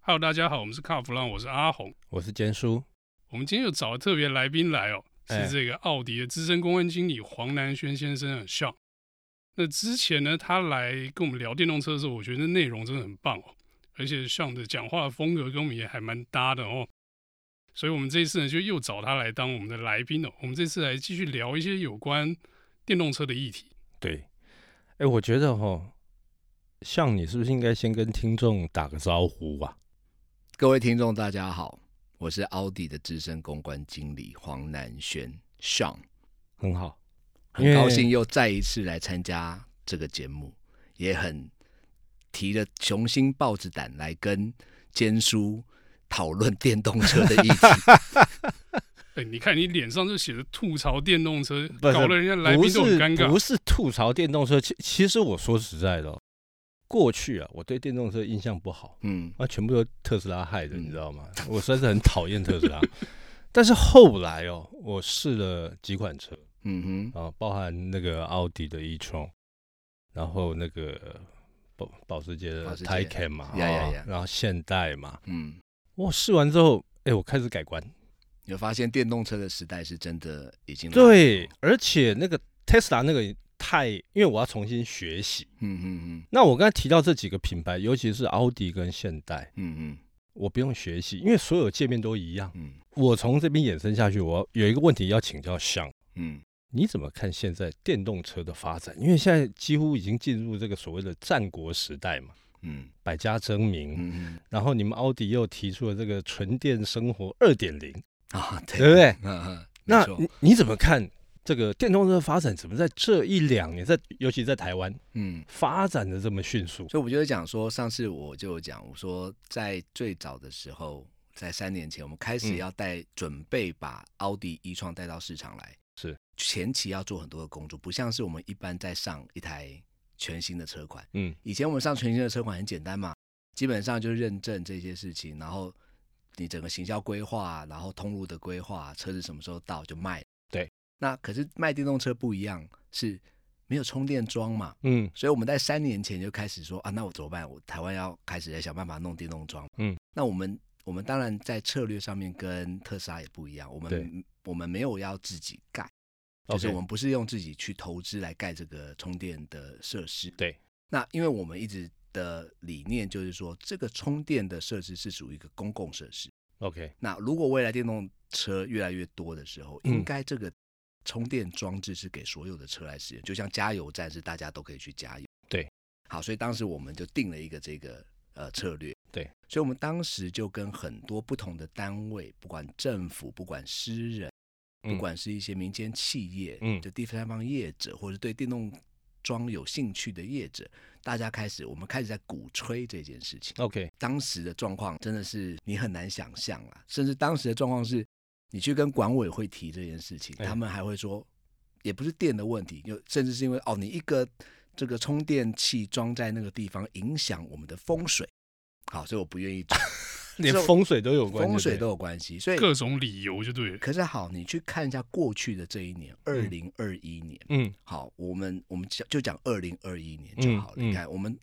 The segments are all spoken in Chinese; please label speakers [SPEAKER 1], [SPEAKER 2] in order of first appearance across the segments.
[SPEAKER 1] Hello，大家好，我们是卡弗朗，我是阿红。
[SPEAKER 2] 我是坚叔。
[SPEAKER 1] 我们今天又找了特别来宾来哦，
[SPEAKER 2] 哎
[SPEAKER 1] 是这个奥迪的资深公关经理黄南轩先生，很像。那之前呢，他来跟我们聊电动车的时候，我觉得内容真的很棒哦，而且像的讲话的风格跟我们也还蛮搭的哦。所以，我们这一次呢，就又找他来当我们的来宾哦。我们这次来继续聊一些有关电动车的议题。
[SPEAKER 2] 对，哎，我觉得哈，像你是不是应该先跟听众打个招呼啊？
[SPEAKER 3] 各位听众，大家好，我是奥迪的资深公关经理黄南轩 Sean，
[SPEAKER 2] 很好，
[SPEAKER 3] 很高兴又再一次来参加这个节目，也很提了雄心豹子胆来跟坚叔讨论电动车的 议题。
[SPEAKER 1] 哎，你看你脸上就写着吐槽电动车，
[SPEAKER 2] 不是
[SPEAKER 1] 搞得人家来
[SPEAKER 2] 不
[SPEAKER 1] 宾都很
[SPEAKER 2] 是
[SPEAKER 1] 尴尬
[SPEAKER 2] 不。是吐槽电动车，其其实我说实在的哦，过去啊，我对电动车印象不好，
[SPEAKER 3] 嗯
[SPEAKER 2] 啊，全部都特斯拉害的，
[SPEAKER 3] 嗯
[SPEAKER 2] 你知道吗？我实在是很讨厌特斯拉。 但是后来哦，我试了几款车
[SPEAKER 3] 嗯哼，
[SPEAKER 2] 啊，包含那个奥迪的 e-tron，然后那个保保时捷
[SPEAKER 3] 保
[SPEAKER 2] 的
[SPEAKER 3] 时捷
[SPEAKER 2] Taycan 嘛，
[SPEAKER 3] 呀呀
[SPEAKER 2] 啊
[SPEAKER 3] 呀
[SPEAKER 2] 然后现代嘛，
[SPEAKER 3] 嗯，
[SPEAKER 2] 我试完之后，哎，我开始改观。
[SPEAKER 3] 有发现电动车的时代是真的已经来了
[SPEAKER 2] 对，，而且那个 Tesla 那个太，因为我要重新学习。
[SPEAKER 3] 嗯嗯嗯
[SPEAKER 2] 那我刚才提到这几个品牌，尤其是奥迪跟现代，
[SPEAKER 3] 嗯嗯
[SPEAKER 2] 我不用学习，因为所有界面都一样。
[SPEAKER 3] 嗯
[SPEAKER 2] 我从这边衍生下去，我要有一个问题要请教向，
[SPEAKER 3] 嗯
[SPEAKER 2] 你怎么看现在电动车的发展？因为现在几乎已经进入这个所谓的战国时代嘛，
[SPEAKER 3] 嗯
[SPEAKER 2] 百家争鸣。
[SPEAKER 3] 嗯嗯
[SPEAKER 2] 然后你们奥迪又提出了这个纯电生活二点零，
[SPEAKER 3] 啊，对
[SPEAKER 2] 对不对？
[SPEAKER 3] 嗯嗯，没
[SPEAKER 2] 那
[SPEAKER 3] 错
[SPEAKER 2] 你你怎么看这个电动车的发展？怎么在这一两年，在尤其在台湾
[SPEAKER 3] 嗯。
[SPEAKER 2] 发展的这么迅速？
[SPEAKER 3] 所以我就讲说，上次我就有讲，我说在最早的时候，在三年前，我们开始
[SPEAKER 2] 嗯
[SPEAKER 3] 要带、准备把奥迪一创带到市场来，
[SPEAKER 2] 是
[SPEAKER 3] 前期要做很多的工作，不像是我们一般在上一台全新的车款。
[SPEAKER 2] 嗯，
[SPEAKER 3] 以前我们上全新的车款很简单嘛，基本上就是认证这些事情，然后你整个行销规划，然后通路的规划，车子什么时候到就卖。
[SPEAKER 2] 对，
[SPEAKER 3] 那可是卖电动车不一样，是没有充电桩嘛。
[SPEAKER 2] 嗯
[SPEAKER 3] 所以我们在三年前就开始说啊，那我怎么办？我台湾要开始在想办法弄电动桩。
[SPEAKER 2] 嗯，
[SPEAKER 3] 那我们我们当然在策略上面跟特斯拉也不一样，我
[SPEAKER 2] 对
[SPEAKER 3] 们我们没有要自己盖，就
[SPEAKER 2] o
[SPEAKER 3] 是
[SPEAKER 2] k
[SPEAKER 3] 我们不是用自己去投资来盖这个充电的设施。
[SPEAKER 2] 对，
[SPEAKER 3] 那因为我们一直的理念就是说，这个充电的设施是属于一个公共设施。
[SPEAKER 2] OK，
[SPEAKER 3] 那如果未来电动车越来越多的时候，
[SPEAKER 2] 嗯
[SPEAKER 3] 应该这个充电装置是给所有的车来使用，就像加油站是大家都可以去加油。
[SPEAKER 2] 对，
[SPEAKER 3] 好，所以当时我们就定了一个这个呃策略。
[SPEAKER 2] 对，
[SPEAKER 3] 所以我们当时就跟很多不同的单位，不管政府、不管私人、
[SPEAKER 2] 嗯
[SPEAKER 3] 不管是一些民间企业，
[SPEAKER 2] 嗯
[SPEAKER 3] 就第三方业者，或者对电动装有兴趣的业者，大家开始我们开始在鼓吹这件事情。
[SPEAKER 2] OK，
[SPEAKER 3] 当时的状况真的是你很难想象啦，甚至当时的状况是，你去跟管委会提这件事情，
[SPEAKER 2] 哎
[SPEAKER 3] 他们还会说，也不是电的问题，就甚至是因为哦，你一个这个充电器装在那个地方，影响我们的风水，好，所以我不愿意装，
[SPEAKER 2] 连
[SPEAKER 3] 这种
[SPEAKER 2] 风水都有关，
[SPEAKER 3] 风水
[SPEAKER 2] 对不
[SPEAKER 3] 都有关系，所以
[SPEAKER 1] 各种理由就对了。
[SPEAKER 3] 可是好，你去看一下过去的这一年，二
[SPEAKER 2] 嗯
[SPEAKER 3] 零二一年，
[SPEAKER 2] 对嗯
[SPEAKER 3] 好，我们我们讲就讲二零二一年就好了，
[SPEAKER 2] 嗯嗯
[SPEAKER 3] 你看我们。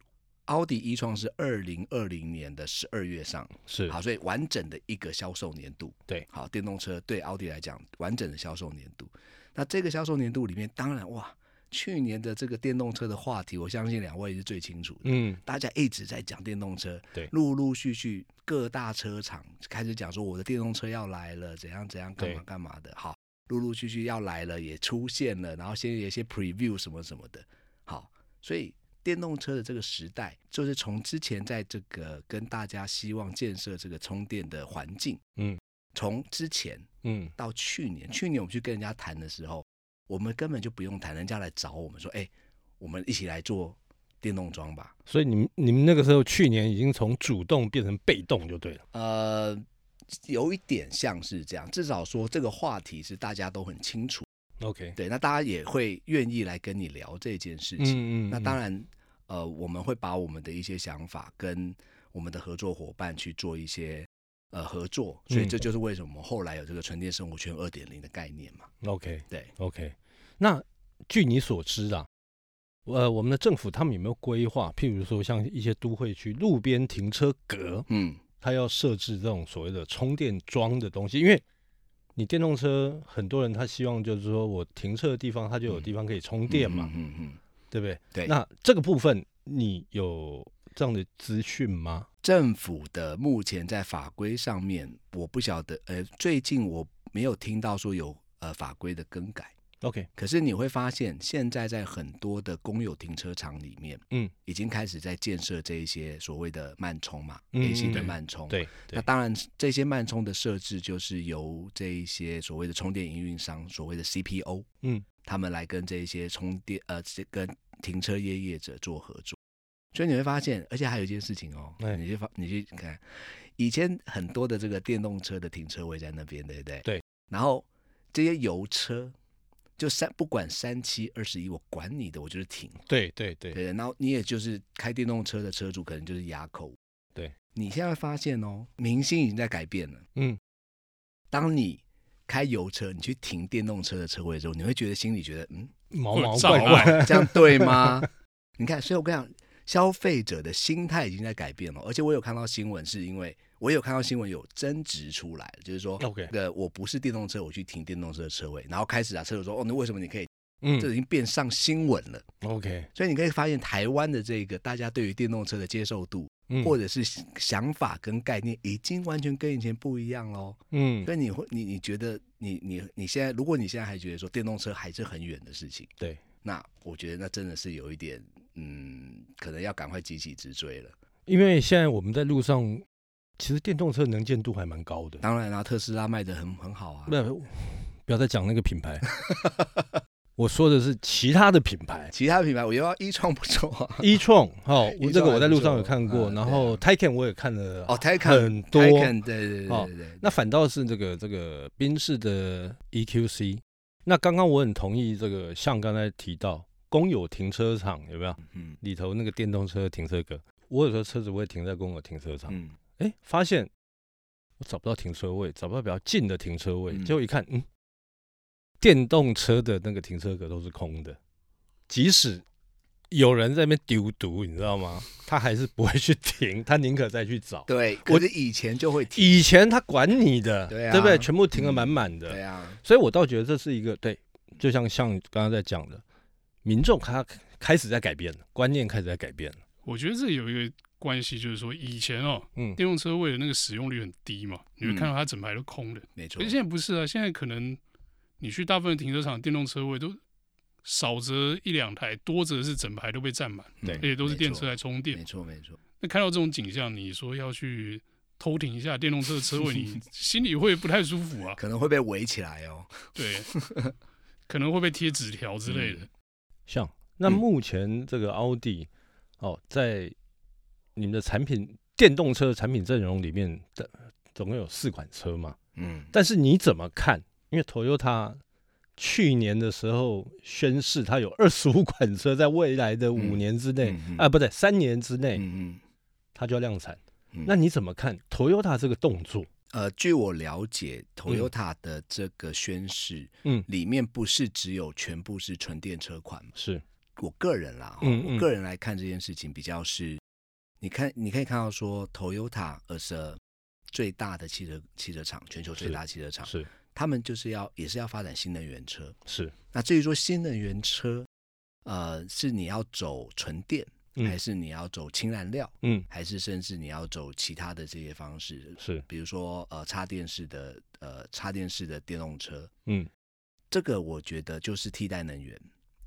[SPEAKER 3] 奥迪一创是二零二零年的十二月上，
[SPEAKER 2] 是
[SPEAKER 3] 好，所以完整的一个销售年度，
[SPEAKER 2] 对
[SPEAKER 3] 好，电动车对奥迪来讲，完整的销售年度。那这个销售年度里面，当然哇，去年的这个电动车的话题，我相信两位是最清楚的。
[SPEAKER 2] 嗯
[SPEAKER 3] 大家一直在讲电动车，
[SPEAKER 2] 对
[SPEAKER 3] 陆陆续续各大车厂开始讲说我的电动车要来了，怎样怎样，干嘛
[SPEAKER 2] 对
[SPEAKER 3] 干嘛的。好，陆陆续续要来了，也出现了，然后先有一些 preview 什么什么的。好，所以电动车的这个时代，就是从之前在这个跟大家希望建设这个充电的环境，
[SPEAKER 2] 嗯，
[SPEAKER 3] 从之前
[SPEAKER 2] 嗯
[SPEAKER 3] 到去年，去年我们去跟人家谈的时候，我们根本就不用谈，人家来找我们说，哎、我们一起来做电动桩吧。
[SPEAKER 2] 所以你们你们那个时候去年已经从主动变成被动就对了。
[SPEAKER 3] 呃，有一点像是这样，至少说这个话题是大家都很清楚，
[SPEAKER 2] OK，
[SPEAKER 3] 对，那大家也会愿意来跟你聊这件事情。
[SPEAKER 2] 嗯
[SPEAKER 3] 那当，然，呃，我们会把我们的一些想法跟我们的合作伙伴去做一些呃合作，所以
[SPEAKER 2] 嗯
[SPEAKER 3] 这就是为什么我们后来有这个纯电生活圈二点零的概念嘛。
[SPEAKER 2] OK
[SPEAKER 3] 对，
[SPEAKER 2] OK，那据你所知啊，呃，我们的政府他们有没有规划，譬如说像一些都会区路边停车格
[SPEAKER 3] 嗯，
[SPEAKER 2] 它要设置这种所谓的充电桩的东西，因为你电动车很多人他希望就是说我停车的地方它就有地方可以充电嘛，
[SPEAKER 3] 嗯嗯，
[SPEAKER 2] 对不对？
[SPEAKER 3] 对。
[SPEAKER 2] 那这个部分你有这样的资讯吗？
[SPEAKER 3] 政府的目前在法规上面，我不晓得，呃，最近我没有听到说有呃法规的更改。
[SPEAKER 2] OK，
[SPEAKER 3] 可是你会发现，现在在很多的公有停车场里面，
[SPEAKER 2] 嗯，
[SPEAKER 3] 已经开始在建设这一些所谓的慢充嘛、
[SPEAKER 2] 嗯
[SPEAKER 3] a c 的
[SPEAKER 2] 嗯
[SPEAKER 3] 慢充。，
[SPEAKER 2] 对
[SPEAKER 3] 哦那
[SPEAKER 2] 对，
[SPEAKER 3] 当然，这些慢充的设置就是由这一些所谓的充电营运商，所谓的 CPO，
[SPEAKER 2] 嗯，
[SPEAKER 3] 他们来跟这一些充电呃，这跟停车业业者做合作。所以你会发现，而且还有一件事情哦，
[SPEAKER 2] 哎
[SPEAKER 3] 你去发你去看，以前很多的这个电动车的停车位在那边，对不对？
[SPEAKER 2] 对。
[SPEAKER 3] 然后这些油车，就三不管三七二十一，我管你的，我就是停。
[SPEAKER 2] 对对对，
[SPEAKER 3] 对，然后你也就是开电动车的车主，可能就是牙口。
[SPEAKER 2] 对，
[SPEAKER 3] 你现在发现哦，明星已经在改变了。
[SPEAKER 2] 嗯，
[SPEAKER 3] 当你开油车，你去停电动车的车位的时候，你会觉得心里觉得，嗯，
[SPEAKER 2] 毛
[SPEAKER 1] 会有
[SPEAKER 2] 毛
[SPEAKER 1] 障
[SPEAKER 2] 怪怪，
[SPEAKER 3] 这样对吗？ 你看，所以我跟你讲，消费者的心态已经在改变了。而且我有看到新闻，是因为我有看到新闻有争执出来，就是说
[SPEAKER 2] OK
[SPEAKER 3] 呃，我不是电动车，我去停电动车的车位，然后开始啊，车主说，哦，那为什么你可以？
[SPEAKER 2] 嗯
[SPEAKER 3] 这已经变上新闻了。
[SPEAKER 2] ，OK，
[SPEAKER 3] 所以你可以发现，台湾的这个大家对于电动车的接受度，
[SPEAKER 2] 嗯
[SPEAKER 3] 或者是想法跟概念，已经完全跟以前不一样喽。
[SPEAKER 2] 嗯
[SPEAKER 3] 所以你会，你你觉得你你你现在，如果你现在还觉得说电动车还是很远的事情，
[SPEAKER 2] 对，
[SPEAKER 3] 那我觉得那真的是有一点，嗯，可能要赶快急起直追了。
[SPEAKER 2] 因为现在我们在路上，其实电动车能见度还蛮高的。
[SPEAKER 3] 当然啦、啊特斯拉卖的很很好啊
[SPEAKER 2] 不，要不要再讲那个品牌，我说的是其他的品 牌，
[SPEAKER 3] 其他品牌我又要一创不错啊。
[SPEAKER 2] 一创哦，
[SPEAKER 3] E 一创
[SPEAKER 2] 我这个我在路上有看
[SPEAKER 3] 还不
[SPEAKER 2] 过，
[SPEAKER 3] 错啊
[SPEAKER 2] 然后 Taycan 我也看了
[SPEAKER 3] 哦 t a y c a n
[SPEAKER 2] 很多
[SPEAKER 3] t a y c a。n 对对对
[SPEAKER 2] 哦
[SPEAKER 3] 对对，
[SPEAKER 2] 那反倒是这个这个宾士的 EQC，那刚刚我很同意这个，像刚才提到公有停车场有没有
[SPEAKER 3] 嗯
[SPEAKER 2] 里头那个电动车停车格？我有时候车子会停在公有停车场，
[SPEAKER 3] 嗯，
[SPEAKER 2] 哎，发现我找不到停车位，找不到比较近的停车位，
[SPEAKER 3] 嗯
[SPEAKER 2] 结果一看，嗯，电动车的那个停车格都是空的，即使有人在那边丢毒，你知道吗？他还是不会去停，他宁可再去找。
[SPEAKER 3] 对，
[SPEAKER 2] 我
[SPEAKER 3] 我是以前就会提，
[SPEAKER 2] 以前他管你的，
[SPEAKER 3] 对啊
[SPEAKER 2] 不对？全部停得满满的，
[SPEAKER 3] 对啊，
[SPEAKER 2] 所以我倒觉得这是一个对，就像像刚刚在讲的，民众他开始在改变了，观念开始在改变了。
[SPEAKER 1] 我觉得这有一个关系，就是说以前哦，
[SPEAKER 2] 嗯，
[SPEAKER 1] 电动车位的那个使用率很低嘛，你会
[SPEAKER 3] 嗯
[SPEAKER 1] 看到它整排都空的。
[SPEAKER 3] 没错
[SPEAKER 1] 可是。现在不是啊，现在可能你去大部分停车场，电动车位都少则一两台，多则是整排都被占满，
[SPEAKER 2] 对
[SPEAKER 1] 而且都是电车啊
[SPEAKER 3] 嗯没
[SPEAKER 1] 来充
[SPEAKER 3] 错，
[SPEAKER 1] 电
[SPEAKER 3] 没。错没错，
[SPEAKER 1] 那看到这种景象，你说要去偷停一下电动车的车位， 你心里会不太舒服啊。
[SPEAKER 3] 可能会被围起来哦。
[SPEAKER 1] 对， 可能会被贴纸条之类的
[SPEAKER 3] 嗯。
[SPEAKER 2] 像那
[SPEAKER 3] 嗯
[SPEAKER 2] 目前这个奥迪、哦，在你们的产品电动车产品阵容里面的总共有四款车嘛？
[SPEAKER 3] 嗯，
[SPEAKER 2] 但是你怎么看？因为 Toyota 去年的时候宣示，它有二十五款车在未来的五
[SPEAKER 3] 嗯
[SPEAKER 2] 年之内、
[SPEAKER 3] 嗯嗯
[SPEAKER 2] 啊，不对，三年之内、
[SPEAKER 3] 嗯嗯
[SPEAKER 2] 它就要量产。
[SPEAKER 3] 嗯
[SPEAKER 2] 那你怎么看 Toyota 这个动作？
[SPEAKER 3] 呃，据我了解，Toyota 的这个宣誓，
[SPEAKER 2] 嗯
[SPEAKER 3] 里面不是只有全部是纯电车款嘛？
[SPEAKER 2] 是，
[SPEAKER 3] 我个人啦，哈
[SPEAKER 2] 嗯嗯
[SPEAKER 3] 我个人来看这件事情比较是，你看你可以看到说，Toyota 而是最大的汽车汽车厂，全球最
[SPEAKER 2] 是
[SPEAKER 3] 大汽车厂，
[SPEAKER 2] 是
[SPEAKER 3] 他们就是要也是要发展新能源车。
[SPEAKER 2] 是，
[SPEAKER 3] 那至于说新能源车，呃，是你要走纯电，
[SPEAKER 2] 嗯
[SPEAKER 3] 还是你要走氢燃料？
[SPEAKER 2] 嗯
[SPEAKER 3] 还是甚至你要走其他的这些方式，
[SPEAKER 2] 是，
[SPEAKER 3] 比如说呃插电式的呃插电式的电动车，
[SPEAKER 2] 嗯
[SPEAKER 3] 这个我觉得就是替代能源，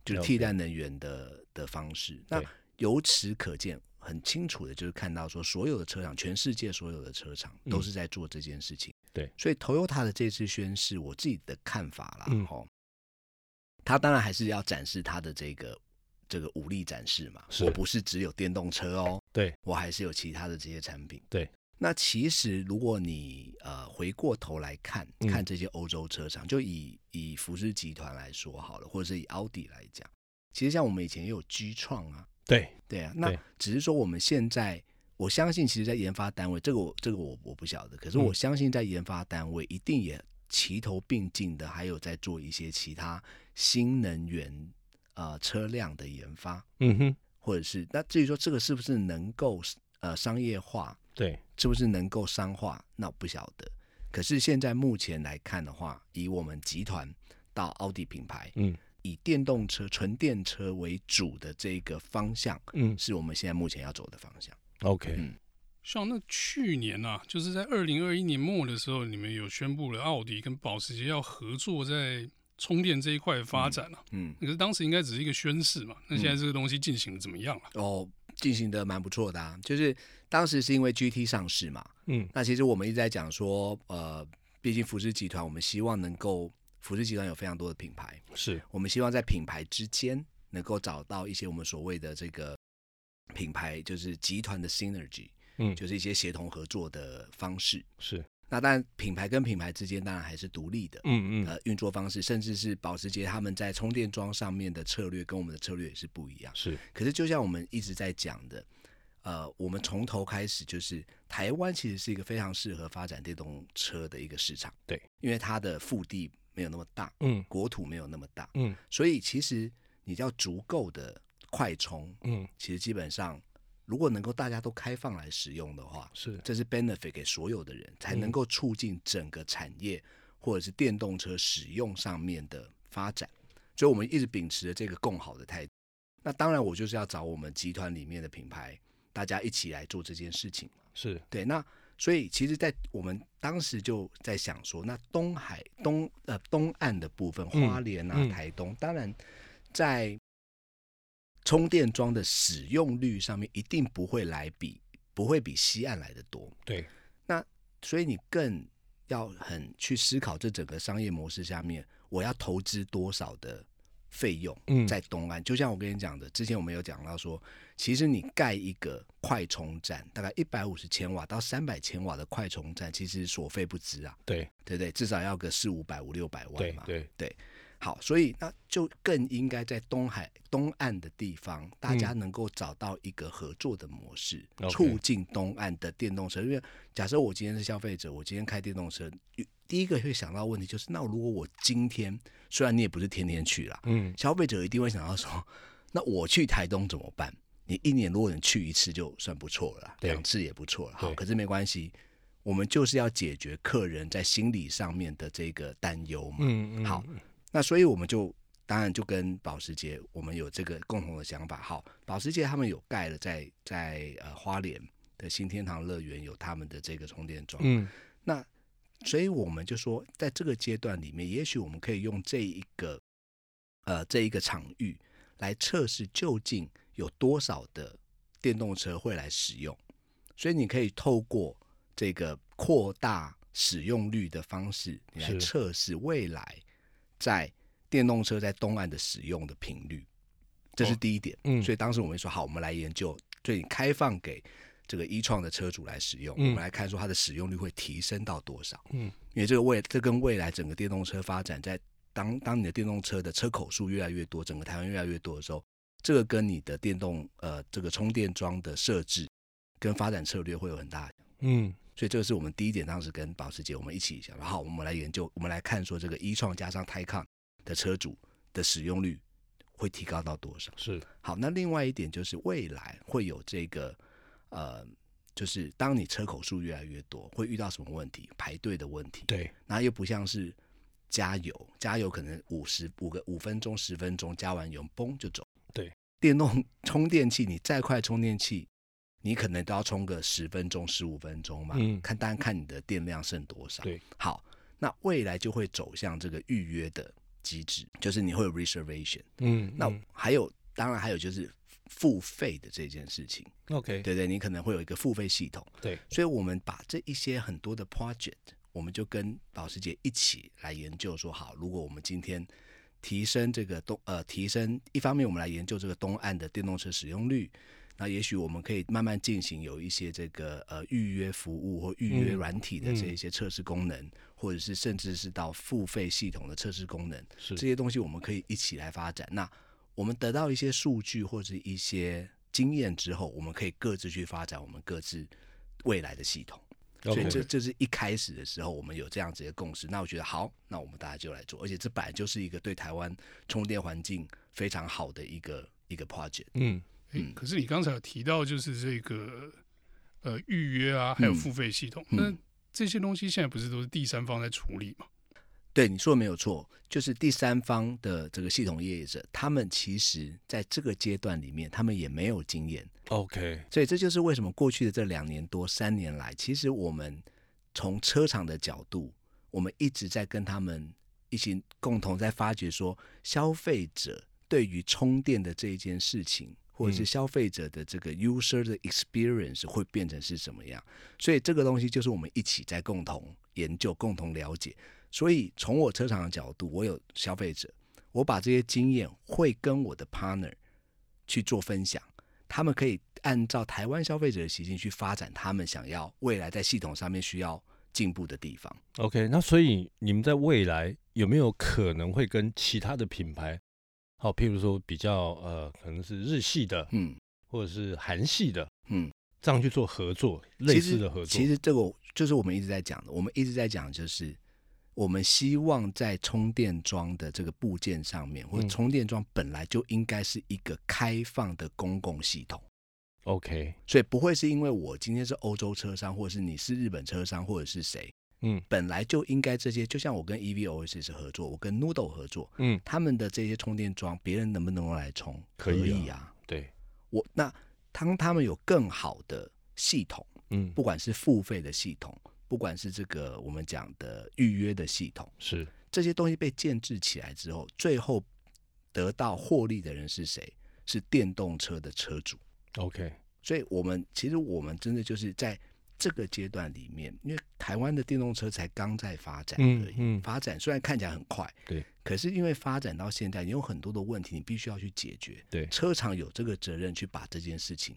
[SPEAKER 3] 就
[SPEAKER 2] 了
[SPEAKER 3] 是
[SPEAKER 2] 解
[SPEAKER 3] 替代能源的的方式。那
[SPEAKER 2] 对
[SPEAKER 3] 由此可见，很清楚的就是看到说，所有的车厂，全世界所有的车厂
[SPEAKER 2] 嗯
[SPEAKER 3] 都是在做这件事情。
[SPEAKER 2] 对
[SPEAKER 3] 所以 Toyota 的这次宣示，我自己的看法啦，
[SPEAKER 2] 嗯
[SPEAKER 3] 哦，他当然还是要展示他的这个这个武力展示嘛。
[SPEAKER 2] 是
[SPEAKER 3] 我不是只有电动车哦，
[SPEAKER 2] 对，
[SPEAKER 3] 我还是有其他的这些产品。
[SPEAKER 2] 对，
[SPEAKER 3] 那其实如果你呃回过头来看
[SPEAKER 2] 嗯
[SPEAKER 3] 看这些欧洲车厂，就以以福斯集团来说好了，或者是以奥迪来讲，其实像我们以前也有 G 创啊，
[SPEAKER 2] 对，
[SPEAKER 3] 对啊，那
[SPEAKER 2] 对
[SPEAKER 3] 只是说我们现在。我相信，其实，在研发单位，这个我这个我我不晓得，可是
[SPEAKER 2] 嗯
[SPEAKER 3] 我相信，在研发单位一定也齐头并进的，还有在做一些其他新能源呃车辆的研发。
[SPEAKER 2] 嗯哼，
[SPEAKER 3] 或者是那至于说这个是不是能够呃商业化，
[SPEAKER 2] 对，
[SPEAKER 3] 是不是能够商化？那我不晓得。可是现在目前来看的话，以我们集团到奥迪品牌，
[SPEAKER 2] 嗯
[SPEAKER 3] 以电动车、纯电车为主的这个方向，
[SPEAKER 2] 嗯
[SPEAKER 3] 是我们现在目前要走的方向。
[SPEAKER 2] ，OK，
[SPEAKER 3] 嗯
[SPEAKER 1] 像那去年啊，就是在二零二一年末的时候，你们有宣布了奥迪跟保时捷要合作在充电这一块的发展啊。
[SPEAKER 3] 嗯，
[SPEAKER 1] 可是当时应该只是一个宣示嘛，那现在
[SPEAKER 3] 嗯
[SPEAKER 1] 这个东西进行的怎么样了、啊
[SPEAKER 3] 哦，进行的蛮不错的、啊，就是当时是因为 GT 上市嘛，
[SPEAKER 2] 嗯
[SPEAKER 3] 那其实我们一直在讲说，呃，毕竟福斯集团，我们希望能够，福斯集团有非常多的品牌，
[SPEAKER 2] 是，
[SPEAKER 3] 我们希望在品牌之间能够找到一些我们所谓的这个品牌，就是集团的 synergy，
[SPEAKER 2] 嗯
[SPEAKER 3] 就是一些协同合作的方式。
[SPEAKER 2] 是，
[SPEAKER 3] 那当然，品牌跟品牌之间当然还是独立的，
[SPEAKER 2] 嗯嗯
[SPEAKER 3] 呃，运作方式，甚至是保时捷他们在充电桩上面的策略跟我们的策略也是不一样。
[SPEAKER 2] 是，
[SPEAKER 3] 可是就像我们一直在讲的，呃，我们从头开始就是台湾其实是一个非常适合发展电动车的一个市场，
[SPEAKER 2] 对，
[SPEAKER 3] 因为它的腹地没有那么大，
[SPEAKER 2] 嗯
[SPEAKER 3] 国土没有那么大，
[SPEAKER 2] 嗯
[SPEAKER 3] 所以其实你要足够的快充，
[SPEAKER 2] 嗯
[SPEAKER 3] 其实基本上如果能够大家都开放来使用的话，
[SPEAKER 2] 是，
[SPEAKER 3] 这是 benefit 给所有的人，才能够促进整个产业或者是电动车使用上面的发展。所以我们一直秉持着这个共好的态度。那当然，我就是要找我们集团里面的品牌，大家一起来做这件事情。
[SPEAKER 2] 是，
[SPEAKER 3] 对，那所以其实，在我们当时就在想说，那东海东呃东岸的部分，
[SPEAKER 2] 嗯
[SPEAKER 3] 花莲啊、
[SPEAKER 2] 嗯
[SPEAKER 3] 台东，当然在充电桩的使用率上面，一定不会来比不会比西岸来的多。
[SPEAKER 2] 对，
[SPEAKER 3] 所以你更要很去思考这整个商业模式下面，我要投资多少的费用
[SPEAKER 2] 嗯
[SPEAKER 3] 在东岸。就像我跟你讲的，之前我们有讲到说，其实你盖一个快充站，大概一百五十千瓦到三百千瓦的快充站，其实所费不赀啊，
[SPEAKER 2] 嗯对
[SPEAKER 3] 对不对？至少要个四五百、五六百万
[SPEAKER 2] 对
[SPEAKER 3] 嘛。
[SPEAKER 2] 对，
[SPEAKER 3] 好，所以那就更应该在东海东岸的地方，大家能够找到一个合作的模式，
[SPEAKER 2] 嗯 OK
[SPEAKER 3] 促进东岸的电动车。因为假设我今天是消费者，我今天开电动车，第一个会想到的问题就是，那如果我今天虽然你也不是天天去啦，
[SPEAKER 2] 嗯
[SPEAKER 3] 消费者一定会想到说， 那我去台东怎么办？你一年如果能去一次就算不错了啦，
[SPEAKER 2] 对
[SPEAKER 3] 两次也不错了。好，
[SPEAKER 2] 对
[SPEAKER 3] 可是没关系，我们就是要解决客人在心理上面的这个担忧嘛。
[SPEAKER 2] 嗯嗯，
[SPEAKER 3] 好，那所以我们就当然就跟保时捷，我们有这个共同的想法。好，保时捷他们有盖了在在呃花莲的新天堂乐园有他们的这个充电桩，
[SPEAKER 2] 嗯
[SPEAKER 3] 那所以我们就说，在这个阶段里面，也许我们可以用这一个呃这一个场域来测试究竟有多少的电动车会来使用。所以你可以透过这个扩大使用率的方式，你来
[SPEAKER 2] 是
[SPEAKER 3] 测试未来在电动车在东岸的使用的频率，这是
[SPEAKER 1] 哦
[SPEAKER 3] 第一点。
[SPEAKER 2] 嗯
[SPEAKER 3] 所以当时我们说好，我们来研究，所以你开放给这个一创的车主来使用，
[SPEAKER 2] 嗯
[SPEAKER 3] 我们来看说它的使用率会提升到多少。
[SPEAKER 2] 嗯，
[SPEAKER 3] 因为这个未这跟未来整个电动车发展在当当你的电动车的车口数越来越多，整个台湾越来越多的时候，这个跟你的电动呃这个充电桩的设置跟发展策略会有很大的。
[SPEAKER 2] 嗯
[SPEAKER 3] 所以这个是我们第一点，当时跟保时捷我们一起想，然后我们来研究，我们来看说这个一创加上 Taycan 的车主的使用率会提高到多少。
[SPEAKER 2] 是，
[SPEAKER 3] 好，那另外一点就是未来会有这个呃，就是当你车口数越来越多，会遇到什么问题？排队的问题。，
[SPEAKER 2] 对
[SPEAKER 3] 然后又不像是加油，加油可能五十五个五分钟、十分钟加完油，嘣就走。
[SPEAKER 2] 对，
[SPEAKER 3] 电动充电器，你再快充电器，你可能都要充个十分钟、十五分钟嘛。
[SPEAKER 2] 嗯
[SPEAKER 3] 看当然看你的电量剩多少。
[SPEAKER 2] 对，
[SPEAKER 3] 好，那未来就会走向这个预约的机制，就是你会有 reservation。
[SPEAKER 2] 嗯，
[SPEAKER 3] 那还有，当然还有就是付费的这件事情，
[SPEAKER 2] OK，
[SPEAKER 3] 对对，你可能会有一个付费系统，
[SPEAKER 2] 对，
[SPEAKER 3] 所以我们把这一些很多的 project，我们就跟保时捷一起来研究说，好，如果我们今天提升这个东呃提升，一方面我们来研究这个东岸的电动车使用率。那也许我们可以慢慢进行有一些这个呃预约服务或预约
[SPEAKER 2] 嗯
[SPEAKER 3] 软体的
[SPEAKER 2] 嗯
[SPEAKER 3] 这一些测试功能，或者是甚至是到付费系统的测试功能，
[SPEAKER 2] 是
[SPEAKER 3] 这些东西我们可以一起来发展。那我们得到一些数据或者一些经验之后，我们可以各自去发展我们各自未来的系统。所以
[SPEAKER 2] OK
[SPEAKER 3] 这这是一开始的时候，我们有这样子的共识。那我觉得好，那我们大家就来做，而且这本来就是一个对台湾充电环境非常好的一个一个 project。
[SPEAKER 2] 嗯
[SPEAKER 1] 诶可是你刚才有提到，就是这个呃预约啊，还有
[SPEAKER 3] 嗯
[SPEAKER 1] 付费系统。
[SPEAKER 3] 嗯
[SPEAKER 1] 那这些东西现在不是都是第三方在处理嘛？
[SPEAKER 3] 对你说的没有错，就是第三方的这个系统业者，他们其实在这个阶段里面，他们也没有经验，
[SPEAKER 2] OK，
[SPEAKER 3] 所以这就是为什么过去的这两年多、三年来，其实我们从车厂的角度，我们一直在跟他们一起共同在发掘说，消费者对于充电的这一件事情，或者是
[SPEAKER 2] 嗯
[SPEAKER 3] 消费者的这个 user 的 experience 会变成是什么样。所以这个东西就是我们一起在共同研究、共同了解。所以从我车厂的角度，我有消费者，我把这些经验会跟我的 partner 去做分享，他们可以按照台湾消费者的习性去发展他们想要未来在系统上面需要进步的地方。
[SPEAKER 2] OK，那所以你们在未来有没有可能会跟其他的品牌，好，譬如说比较呃，可能是日系的
[SPEAKER 3] 嗯
[SPEAKER 2] 或者是韩系的，
[SPEAKER 3] 嗯，
[SPEAKER 2] 这样去做合作，类
[SPEAKER 3] 其
[SPEAKER 2] 似
[SPEAKER 3] 实
[SPEAKER 2] 的合作？
[SPEAKER 3] 其实这个我就是我们一直在讲的，我们一直在讲就是。我们希望在充电桩的这个部件上面，或者
[SPEAKER 2] 嗯
[SPEAKER 3] 充电桩本来就应该是一个开放的公共系统。
[SPEAKER 2] OK，
[SPEAKER 3] 所以不会是因为我今天是欧洲车商，或者是你是日本车商，或者是谁，
[SPEAKER 2] 嗯
[SPEAKER 3] 本来就应该这些。就像我跟 E EVOS 是合作，我跟 Noodle 合作，
[SPEAKER 2] 嗯，
[SPEAKER 3] 他们的这些充电桩，别人能不能够来充？
[SPEAKER 2] 可以啊
[SPEAKER 3] 以
[SPEAKER 2] 对，
[SPEAKER 3] 我那当他们有更好的系统，
[SPEAKER 2] 嗯，
[SPEAKER 3] 不管是付费的系统，不管是这个我们讲的预约的系统，
[SPEAKER 2] 是
[SPEAKER 3] 这些东西被建制起来之后，最后得到获利的人是谁？是电动车的车主。
[SPEAKER 2] OK，
[SPEAKER 3] 所以我们其实我们真的就是在这个阶段里面，因为台湾的电动车才刚在发展
[SPEAKER 2] 嗯
[SPEAKER 3] 而已，
[SPEAKER 2] 嗯
[SPEAKER 3] 发展虽然看起来很快，
[SPEAKER 2] 对，
[SPEAKER 3] 可是因为发展到现在，你有很多的问题，你必须要去解决。
[SPEAKER 2] 对
[SPEAKER 3] 车厂有这个责任去把这件事情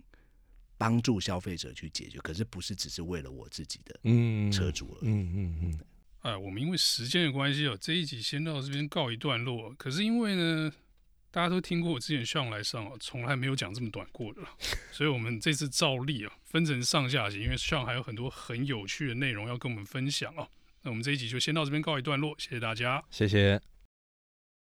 [SPEAKER 3] 帮助消费者去解决，可是不是只是为了我自己的
[SPEAKER 2] 嗯，
[SPEAKER 3] 车主而已。
[SPEAKER 2] 嗯嗯嗯，
[SPEAKER 1] 哎，我们因为时间的关系哦，这一集先到这边告一段落。可是因为呢，大家都听过我之前上来上哦，从来没有讲这么短过的啦，所以我们这次照例啊，分成上下集，因为上还有很多很有趣的内容要跟我们分享哦。那我们这一集就先到这边告一段落，谢谢大家。
[SPEAKER 2] 谢谢。